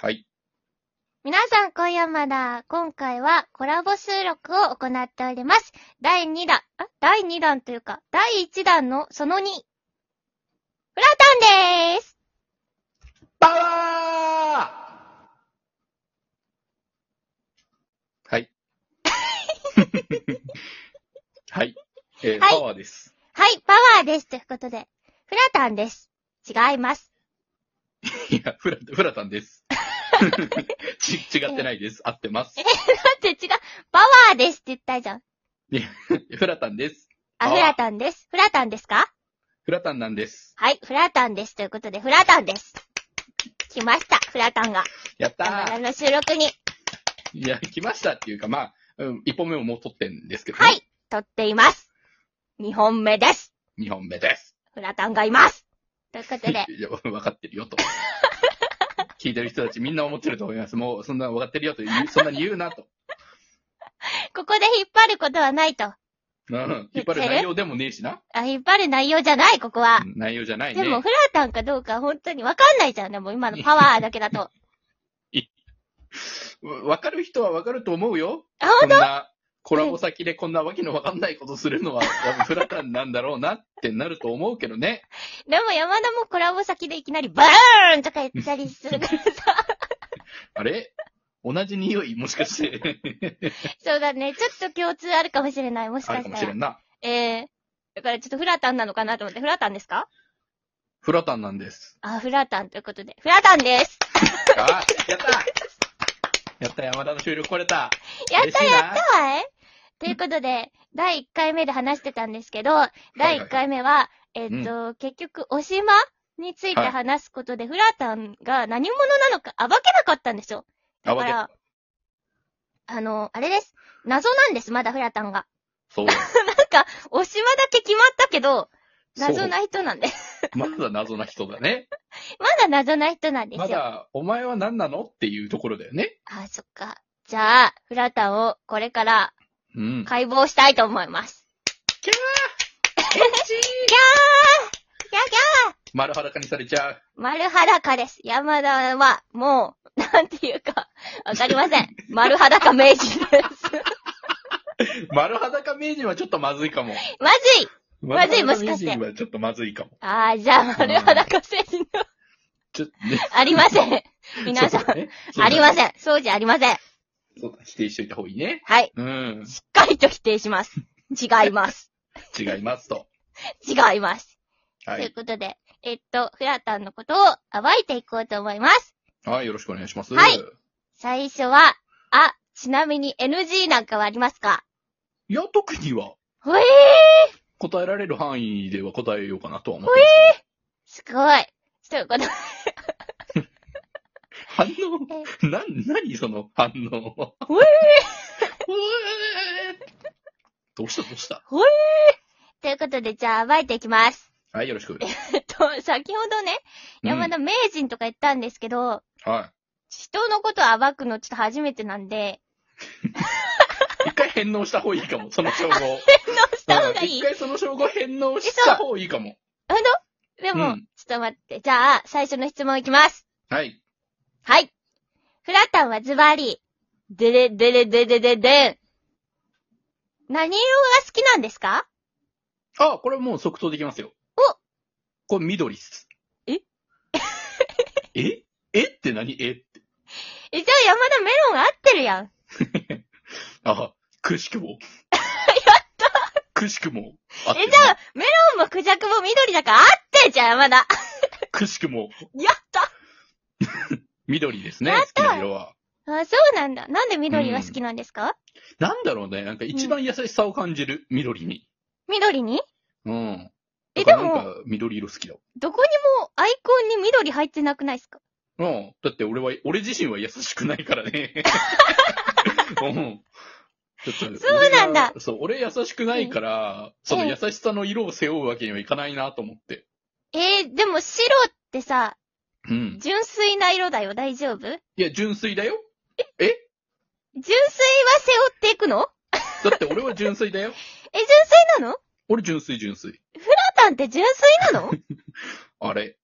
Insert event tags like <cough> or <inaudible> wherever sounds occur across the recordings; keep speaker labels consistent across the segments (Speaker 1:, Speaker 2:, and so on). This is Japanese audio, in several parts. Speaker 1: はい。
Speaker 2: 皆さん、今夜まだ、今回はコラボ収録を行っております。第2弾、あ第2弾というか、第1弾のその2。フラタンでーす
Speaker 1: パワー
Speaker 2: <laughs>
Speaker 1: はい。はい。えー
Speaker 2: はい
Speaker 1: パワーです。
Speaker 2: はい、パワーですということで、フラタンです。違います。
Speaker 1: いや、フラ、フラタンです。 <laughs> ち、違ってないです。合ってます。
Speaker 2: だって違う、パワーですって言ったじゃん。
Speaker 1: フラタンです。
Speaker 2: あ、
Speaker 1: パワ
Speaker 2: フ
Speaker 1: ー
Speaker 2: ラタンです。フラタンですか
Speaker 1: フラタンなんです。
Speaker 2: はい、フラタンです。ということで、フラタンです。来ました、フラタンが。
Speaker 1: やった
Speaker 2: 山田
Speaker 1: ー
Speaker 2: の収録に、
Speaker 1: いや、来ましたっていうか、まあ、うん、一本目ももう撮ってんですけど、
Speaker 2: はい、撮っています。2本目です。
Speaker 1: 二本目です。
Speaker 2: フラタンがいます。ということで、
Speaker 1: <laughs>
Speaker 2: <laughs>
Speaker 1: いや、分かってるよと。聞いてる人たちみんな思ってると思います。もうそんな分かってるよと言う、そんなに言うなと。
Speaker 2: ここで引っ張ることはないと。
Speaker 1: うん。引っ張る内容でもねえしな。
Speaker 2: あ、引っ張る内容じゃない、ここは
Speaker 1: う。ん内容じゃないね。
Speaker 2: でも、フラタンかどうか本当にわかんないじ <laughs> ゃん。でも今のパワーだけだと。
Speaker 1: 分かる人は分かると思うよ。
Speaker 2: あ、
Speaker 1: こ
Speaker 2: ほ
Speaker 1: ん
Speaker 2: んと
Speaker 1: な、コラボ先でこんなわけの分かんないことするのは、多分フラタンなんだろうなってなると思うけどね。
Speaker 2: でも山田もコラボ先でいきなりバーンとか言ったり <laughs> するからさ。
Speaker 1: あれ同じ匂いもしか
Speaker 2: <laughs>
Speaker 1: して。
Speaker 2: そうだね。ちょっと共通あるかもしれない。もし
Speaker 1: ある
Speaker 2: かし
Speaker 1: かも
Speaker 2: た
Speaker 1: しれ
Speaker 2: ら。
Speaker 1: んな。
Speaker 2: ええだからちょっとフラタンなのかなと思って。フラタンですか
Speaker 1: フラタンなんです。
Speaker 2: あ、フラタンということで。フラタンです。
Speaker 1: あやったやった、山田の終了来れた。
Speaker 2: やった
Speaker 1: 嬉しいな
Speaker 2: やったわいということで、第1回目で話してたんですけど、第1回目は、えっ、と、結局、おしまについて
Speaker 1: はい
Speaker 2: 話すことで、フラタンが何者なのか暴けなかったんですよ。だ
Speaker 1: あ、
Speaker 2: か
Speaker 1: わけ。
Speaker 2: ら、あの、あれです。謎なんです、まだフラタンが。
Speaker 1: そう。
Speaker 2: なんか、おしまだけ決まったけど、謎な人なんで。
Speaker 1: まだ謎な人だね。
Speaker 2: <laughs> まだ謎な人なんです
Speaker 1: ま
Speaker 2: よ。
Speaker 1: だ、お前は何なのっていうところだよね。
Speaker 2: あ、そっか。じゃあ、フラタンをこれから
Speaker 1: うん。
Speaker 2: 解剖したいと思います。 <laughs> キャーキャー
Speaker 1: 丸裸にされちゃう。
Speaker 2: 丸裸です。山田は、もう、なんていうか、 <laughs> わかりません。丸裸名人です。 <laughs>
Speaker 1: 丸裸名人はちょっとまずいかも。
Speaker 2: まずいまずいもしかし
Speaker 1: 丸裸
Speaker 2: て
Speaker 1: 名人はちょっとまずいかも。
Speaker 2: ああ、じゃあ、丸裸聖人 <laughs> の、
Speaker 1: ちょっとね。
Speaker 2: ありません。 <laughs> 皆さ
Speaker 1: そ
Speaker 2: ん、
Speaker 1: うだね
Speaker 2: ありません。そうじゃありません。
Speaker 1: そうだ、否定しといた方がいいね。
Speaker 2: はい。
Speaker 1: うん。
Speaker 2: しっかりと否定します。違います。
Speaker 1: 違いますと。
Speaker 2: 違います。
Speaker 1: は
Speaker 2: とい。
Speaker 1: いう
Speaker 2: ことで、えっと、フラタンのことを暴いていこうと思います。
Speaker 1: はい、よろしくお願いします。
Speaker 2: はい
Speaker 1: い
Speaker 2: 最初は、あ、ちなみに NG なんかはありますか
Speaker 1: や、特には、
Speaker 2: ほえー
Speaker 1: 答えられる範囲では答えようかなとは思ってます
Speaker 2: すごい。ということで、
Speaker 1: けど。反応 <laughs> な、何その反 <laughs> 応。
Speaker 2: ほえ
Speaker 1: ほえーどうしたどうした
Speaker 2: ということで、じゃあ暴いていきます。
Speaker 1: はい、よろしく。
Speaker 2: えっと、先ほどね、山田名人とか言ったんですけど、
Speaker 1: うんは
Speaker 2: 人のことを暴くのちょっと初めてなんで、
Speaker 1: い。一回返納した方がいいかも、その称号。
Speaker 2: どう <laughs> した方が
Speaker 1: うん
Speaker 2: いい
Speaker 1: 一回その称号返納した方がいいかも。
Speaker 2: あのでも、
Speaker 1: うん
Speaker 2: ちょっと待って。じゃあ、最初の質問いきます。
Speaker 1: はい。
Speaker 2: はい。フラタンはズバリ、でれでれでれででん。何色が好きなんですか
Speaker 1: あ、これもう即答できますよ。
Speaker 2: お
Speaker 1: これ緑っす。
Speaker 2: え
Speaker 1: <laughs> ええって何え
Speaker 2: え、じゃあ山田メロン合ってるやん。
Speaker 1: あ、くしく
Speaker 2: <laughs>
Speaker 1: も。やったくしくも。あって
Speaker 2: え、
Speaker 1: る
Speaker 2: じゃあ、メロンもクジャクも緑だから合ってるじゃん、山田。
Speaker 1: くしくも、
Speaker 2: やった
Speaker 1: 緑ですね。
Speaker 2: やっ
Speaker 1: 好きな色は。
Speaker 2: あ、そうなんだ。なんで緑が好きなんですか、
Speaker 1: なんだろうね。なんか一番優しさを感じる。緑に。
Speaker 2: 緑に
Speaker 1: うん。
Speaker 2: え
Speaker 1: だからなん
Speaker 2: で
Speaker 1: か緑色好きだわ。
Speaker 2: どこにもアイコンに緑入ってなくないですか
Speaker 1: うん。だって俺は、俺自身は優しくないから
Speaker 2: <laughs>
Speaker 1: ね。うん。そう
Speaker 2: そうなんだ。
Speaker 1: そう、俺優しくないから、その優しさの色を背負うわけにはいかないなと思って。
Speaker 2: えー、でも白ってさ、
Speaker 1: うん。
Speaker 2: 純粋な色だよ。大丈夫純
Speaker 1: いや、純粋だよ。
Speaker 2: 粋は背負っていくの
Speaker 1: だって俺は純粋だよ。 <laughs>
Speaker 2: え、純粋なの
Speaker 1: 俺純粋純粋。
Speaker 2: <laughs> パタンって純粋なの
Speaker 1: あれ、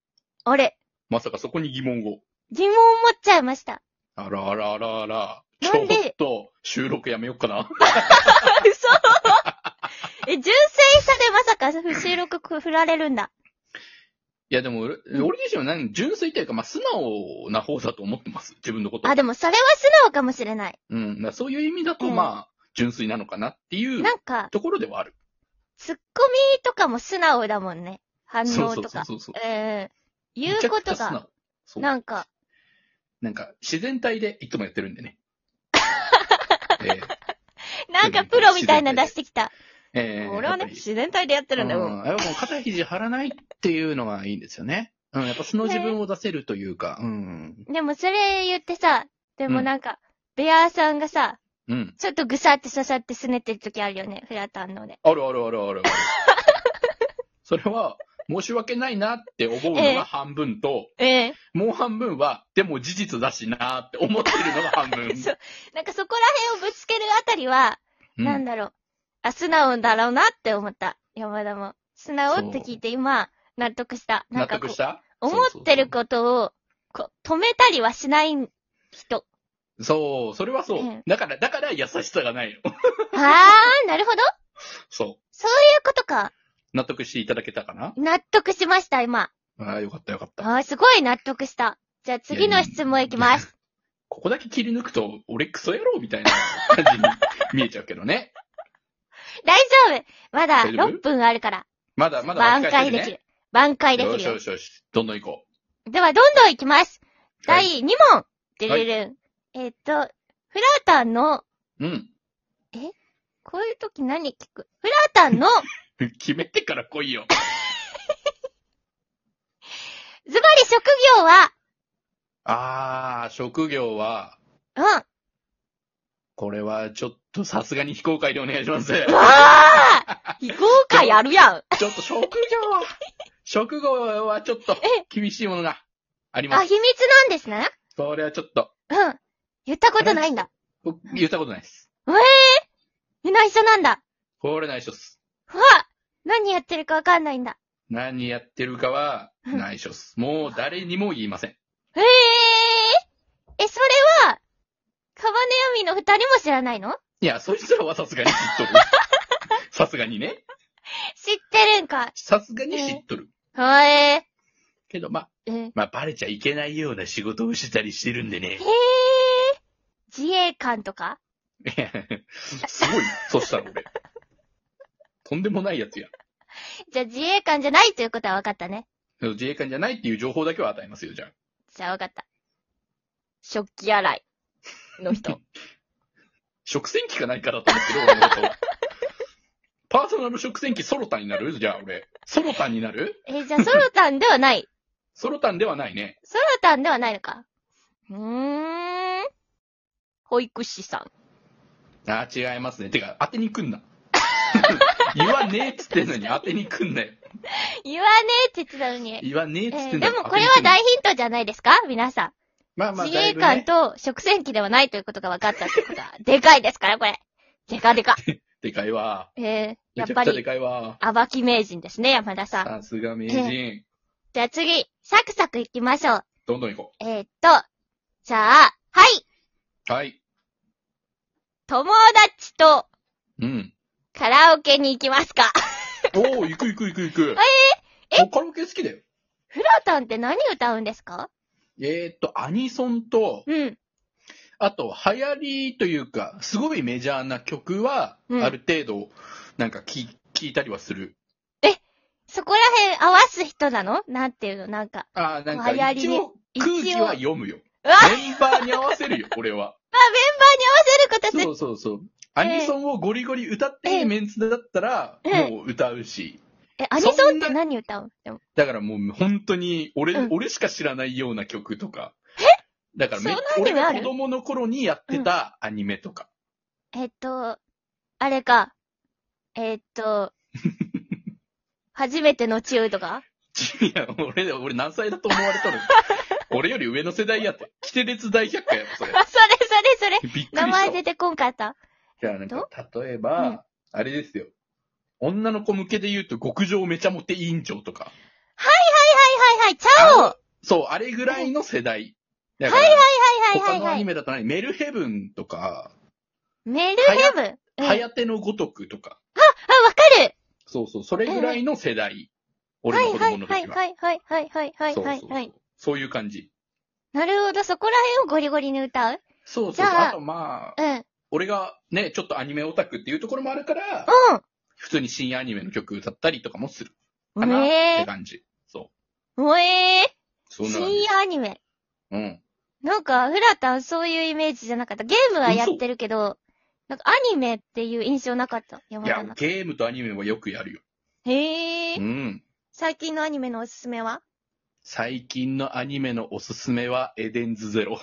Speaker 2: あれ。
Speaker 1: まさかそこに疑問を。
Speaker 2: 疑問を持っちゃいました。
Speaker 1: あらあらあらあら。ち
Speaker 2: な
Speaker 1: ょ
Speaker 2: ん
Speaker 1: っ
Speaker 2: で
Speaker 1: と、収録やめよっかな。 <laughs>
Speaker 2: 嘘 <laughs> え、純正さでまさか収録振られるんだ。
Speaker 1: いやでも、俺俺自身は何、純粋というか、まあ、素直な方だと思ってます。自分のこと。
Speaker 2: あ、でもそれは素直かもしれない。
Speaker 1: うん。だからそういう意味だと、
Speaker 2: うん
Speaker 1: まあ、純粋なのかなっていう
Speaker 2: なんか、
Speaker 1: ところではある。
Speaker 2: ツッコミとかも素直だもんね。反
Speaker 1: そう
Speaker 2: 応
Speaker 1: そう
Speaker 2: と
Speaker 1: そう
Speaker 2: か。
Speaker 1: そうそう。
Speaker 2: ええ
Speaker 1: め
Speaker 2: 言
Speaker 1: ち
Speaker 2: う
Speaker 1: ゃ
Speaker 2: こ
Speaker 1: くち
Speaker 2: と
Speaker 1: ゃ素
Speaker 2: が、
Speaker 1: 直。そう
Speaker 2: なん <laughs> か、
Speaker 1: なんか、自然体でいつもやってるん
Speaker 2: <laughs>
Speaker 1: でね。ええ
Speaker 2: なんかプロみたいな出してきた。
Speaker 1: ええ
Speaker 2: 俺はね、
Speaker 1: やっぱり
Speaker 2: 自然体でやってるんだよ。
Speaker 1: うん、やっぱもう肩肘張らないっていうのがいいんですよね。うん、やっぱ素の自分を出せるというか、うん。
Speaker 2: でもそれ言ってさ、でもなんか、ベアーさんがさ、
Speaker 1: うん。
Speaker 2: ちょっとぐさって刺さって拗ねてる時あるよね、フラタンので。
Speaker 1: あるあるある
Speaker 2: <laughs>
Speaker 1: あるある。それは、申し訳ないなって思うの
Speaker 2: ええ
Speaker 1: が半分と、
Speaker 2: ええ
Speaker 1: もう半分は、でも事実だしなって思ってるのが半分。
Speaker 2: <laughs> そうなんかそこら辺をぶつけるあたりは、
Speaker 1: うん
Speaker 2: なんだろう。あ、素直だろうなって思った。山田も。素直って聞いて今、納得した。な
Speaker 1: 納
Speaker 2: んかこ
Speaker 1: 得
Speaker 2: う
Speaker 1: した
Speaker 2: 思ってることを、こう、止めたりはしない
Speaker 1: <laughs>
Speaker 2: 人。。
Speaker 1: そう、それはそううんだから、だから優しさがないの。 <laughs>
Speaker 2: あー、なるほど。とい
Speaker 1: そう
Speaker 2: ことか。
Speaker 1: う。納得していただけたかな
Speaker 2: 納得しました、今。
Speaker 1: ああ、よかったよかった。
Speaker 2: あー、すごい納得した。じゃあ次の質問いきます。
Speaker 1: ここだけ切り抜くと、俺クソ野郎みたいな <laughs> 感じに見えちゃうけどね。
Speaker 2: 大丈夫まだ
Speaker 1: 大丈夫
Speaker 2: 6分あるから。
Speaker 1: まだまだ
Speaker 2: 挽
Speaker 1: え
Speaker 2: 回
Speaker 1: てね
Speaker 2: できる。挽回でき
Speaker 1: よ
Speaker 2: る
Speaker 1: し
Speaker 2: よ
Speaker 1: よ。しよし。どんどん行こ
Speaker 2: では、どんどんいきます。
Speaker 1: う。
Speaker 2: 第
Speaker 1: はい
Speaker 2: 2問でるるん。えっと、フラータンの、
Speaker 1: うん。
Speaker 2: こういう時何聞くフラータンの
Speaker 1: 決めてから来いよ。
Speaker 2: ズバリ職業は、
Speaker 1: あー、職業は、
Speaker 2: うん。わ
Speaker 1: これはちょっとさすがに非公開でお願いします。
Speaker 2: あ非公開あるやん。
Speaker 1: ちょっと職業は、職業はちょっと厳しいものがありま
Speaker 2: あ、
Speaker 1: す。
Speaker 2: 秘密なんですね。
Speaker 1: これはちょっと、
Speaker 2: うん。言ったことないんだ。
Speaker 1: 僕言ったことないです。
Speaker 2: みんな一緒なんだ。
Speaker 1: これ内緒っす。
Speaker 2: うわ何やってるかわかんないんだ。
Speaker 1: 何やってるかは
Speaker 2: うん
Speaker 1: 内緒っす。もう誰にも言いません。
Speaker 2: えええ、それは、カバネヤミの二人も知らないの
Speaker 1: いや、そいつらはさすがに知っ
Speaker 2: <laughs>
Speaker 1: とる。さすがにね。
Speaker 2: 知ってるんか。
Speaker 1: さすがに知っとる。
Speaker 2: はえ
Speaker 1: けど、まあ、
Speaker 2: ー。うん。
Speaker 1: まあ、バレちゃいけないような仕事をしたりしてるんでね
Speaker 2: <laughs> へえ。ー。自衛官とか
Speaker 1: すごい。そしたら俺。とんでもないやつや。
Speaker 2: じゃあ自衛官じゃないということは分かったね。
Speaker 1: 自衛官じゃないっていう情報だけは与えますよ、じゃあ。
Speaker 2: じゃあ分かった。食器洗いの <laughs> 人。
Speaker 1: 食洗機かないかだと思ってる、俺の
Speaker 2: <laughs>
Speaker 1: ことは。パーソナル食洗機ソロタンになるじゃあ俺。ソロタンになる
Speaker 2: えーじゃあソロタンではない。
Speaker 1: ソロタンではないね。
Speaker 2: ソロタンではないのか。うーん。保育士さん。
Speaker 1: あー違いますね。てか、当てに来んな。 <laughs> 言わねえっつってんのに当てに来んなよ。
Speaker 2: 言わねえって言ってたのに。
Speaker 1: 言わねえっつっ
Speaker 2: え
Speaker 1: て
Speaker 2: ー
Speaker 1: んの
Speaker 2: で
Speaker 1: に当
Speaker 2: もこ
Speaker 1: て
Speaker 2: れ
Speaker 1: に
Speaker 2: は
Speaker 1: 来んな
Speaker 2: 大ヒントじゃないですか皆さん。
Speaker 1: まあまあ、
Speaker 2: 自
Speaker 1: だい
Speaker 2: 衛
Speaker 1: ぶ
Speaker 2: 官
Speaker 1: ね、
Speaker 2: と食洗機ではないということが分かったってことは、でかいですから、これ。でか
Speaker 1: <laughs>
Speaker 2: でか。
Speaker 1: でかいわ。
Speaker 2: えー、や
Speaker 1: め
Speaker 2: っ
Speaker 1: ちゃ
Speaker 2: ぱ
Speaker 1: くちゃで
Speaker 2: り、
Speaker 1: かいわ。
Speaker 2: 暴き名人ですね、山田さ
Speaker 1: さ
Speaker 2: ん。
Speaker 1: すが名人。
Speaker 2: じゃあ次、サクサク行きましょう。
Speaker 1: どんどん行こ
Speaker 2: えー、っと、じゃあ、はい、
Speaker 1: う。はい。
Speaker 2: 友達と
Speaker 1: うん。
Speaker 2: カラオケに行きますか。 <laughs>
Speaker 1: おー、行く行く行く行く。
Speaker 2: えー
Speaker 1: おカラオケ好きだよ。
Speaker 2: フラタンって何歌うんですか
Speaker 1: えーっと、アニソンと、
Speaker 2: うん。
Speaker 1: あと、流行りというか、すごいメジャーな曲は、
Speaker 2: うん
Speaker 1: ある程度、なんか聞、聞いたりはする。
Speaker 2: そこら辺合わす人なのなんていうのなんか。
Speaker 1: ああ、なん
Speaker 2: 流行
Speaker 1: か、
Speaker 2: り
Speaker 1: 一応、
Speaker 2: 一応
Speaker 1: 空気は読むよ。
Speaker 2: うわ
Speaker 1: メンバーに合わせる <laughs> よ、俺は。
Speaker 2: まあ、メンバーに合わせること
Speaker 1: そうそうそう。アニソンをゴリゴリ歌って
Speaker 2: え
Speaker 1: る
Speaker 2: ー
Speaker 1: メンツだったら、
Speaker 2: えー
Speaker 1: もう歌うし。
Speaker 2: え、アニソンって何歌うのでも
Speaker 1: だからもう本当に俺、
Speaker 2: うん
Speaker 1: 俺しか知らないような曲とか。えだからめ
Speaker 2: そんなアニ
Speaker 1: 俺
Speaker 2: メあ
Speaker 1: が
Speaker 2: る
Speaker 1: 子供の頃にやってたアニメとか。 <laughs>
Speaker 2: えっと、あれか。えっと、初めてのチュー
Speaker 1: <laughs>
Speaker 2: とか
Speaker 1: いや、俺、俺何歳だと思われとる
Speaker 2: <laughs>
Speaker 1: 俺より上の世代やって。キテレツ大百科やろ、それ。
Speaker 2: あ、それそれそ
Speaker 1: び
Speaker 2: れ。
Speaker 1: っくりした。
Speaker 2: 名前出てこんかった。
Speaker 1: じゃあなんか、例えば、
Speaker 2: うん
Speaker 1: あれですよ。女の子向けで言うと、極上めちゃモテ委員長とか。
Speaker 2: はいはいはいはい、チャオ
Speaker 1: そう、あれぐらいの世代。はい
Speaker 2: はいはいはい
Speaker 1: 他の
Speaker 2: は
Speaker 1: アニ
Speaker 2: い。
Speaker 1: メだと何メルヘブンとか、
Speaker 2: メルヘブン。うん
Speaker 1: ハヤテのごとくとか。
Speaker 2: あ、わかる
Speaker 1: そうそう、それぐらいの世代。
Speaker 2: は
Speaker 1: 俺の子
Speaker 2: いはい
Speaker 1: 供の時は。
Speaker 2: はいはいはいはいはいはい
Speaker 1: そうそう
Speaker 2: はい
Speaker 1: そう
Speaker 2: はい。
Speaker 1: そういう感じ。
Speaker 2: なるほど、そこら辺をゴリゴリに歌う
Speaker 1: そうそう
Speaker 2: じ
Speaker 1: そう。
Speaker 2: ゃあ
Speaker 1: あとまあ、
Speaker 2: うん。うん。
Speaker 1: 俺がね、ちょっとアニメオタクっていうところもあるから、普通に深夜アニメの曲歌ったりとかもするかなって
Speaker 2: え
Speaker 1: 感じ。そ
Speaker 2: ー、おえ
Speaker 1: う。そ
Speaker 2: ー、
Speaker 1: んな感じ
Speaker 2: 深夜アニメ。
Speaker 1: うん。
Speaker 2: なんか、フラタンそういうイメージじゃなかった。ゲームはやってるけど、なんかアニメっていう印象なかった。
Speaker 1: い
Speaker 2: 山田
Speaker 1: や
Speaker 2: の、。
Speaker 1: ゲームとアニメはよくやるよ。
Speaker 2: へえ
Speaker 1: う
Speaker 2: ー、
Speaker 1: ん。
Speaker 2: 最近のアニメのおすすめは
Speaker 1: 最近のアニメのおすすめは、エデンズゼロ。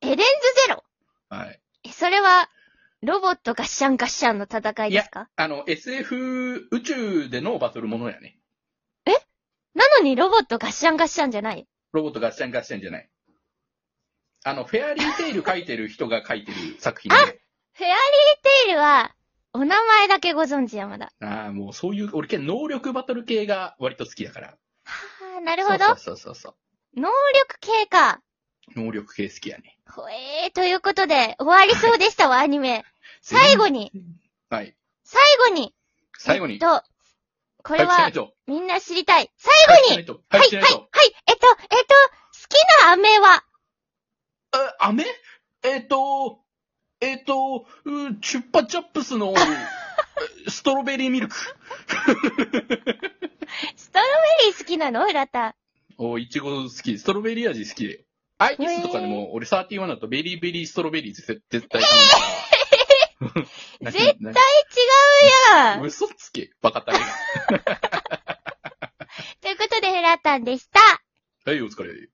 Speaker 2: エデンズゼロ
Speaker 1: はい。
Speaker 2: え、それは、ロボットガッシャンガッシャンの戦いですか
Speaker 1: あの、SF 宇宙でのバトルものやね。
Speaker 2: なのにロボットガッシャンガッシャンじゃない
Speaker 1: ロボットガッシャンガッシャンじゃない。あの、フェアリーテイル書いてる人が書いてる作品で。
Speaker 2: フェアリーテイルは、お名前だけご存知、山田。
Speaker 1: ああ、もうそういう、俺、能力バトル系が割と好きだから。
Speaker 2: はあ、なるほど。
Speaker 1: そうそうそうそ
Speaker 2: 能力系か。
Speaker 1: う。能力系好きやね。
Speaker 2: ほえー、ということで、終わりそうで <laughs> したわ、アニメ。最後に、
Speaker 1: はい。
Speaker 2: 最後に、
Speaker 1: 最後に。
Speaker 2: えっと、これ
Speaker 1: 早
Speaker 2: は
Speaker 1: くしない、と。
Speaker 2: みんな知りたい。最
Speaker 1: 早くし
Speaker 2: 後
Speaker 1: な
Speaker 2: に
Speaker 1: いと。
Speaker 2: は
Speaker 1: 早
Speaker 2: い、は
Speaker 1: く
Speaker 2: い、
Speaker 1: し
Speaker 2: は
Speaker 1: ないいと。、
Speaker 2: えっと、えっと、好きな飴は、
Speaker 1: あ、飴えっ、と、えっ、と、うーチュッパチャップス
Speaker 2: <laughs>
Speaker 1: の、ストロベリーミルク。
Speaker 2: ストロベリー好きなのラタン。
Speaker 1: お、いちご好き。ストロベリー味好きで。アイキスとかでも、俺31だとベリーベリーストロベリー絶絶対頼むから。<laughs>
Speaker 2: 絶
Speaker 1: 対
Speaker 2: 違うやん。
Speaker 1: 嘘つけ、バカタレが。
Speaker 2: ということで、フラタンでした。
Speaker 1: はい、お疲れ。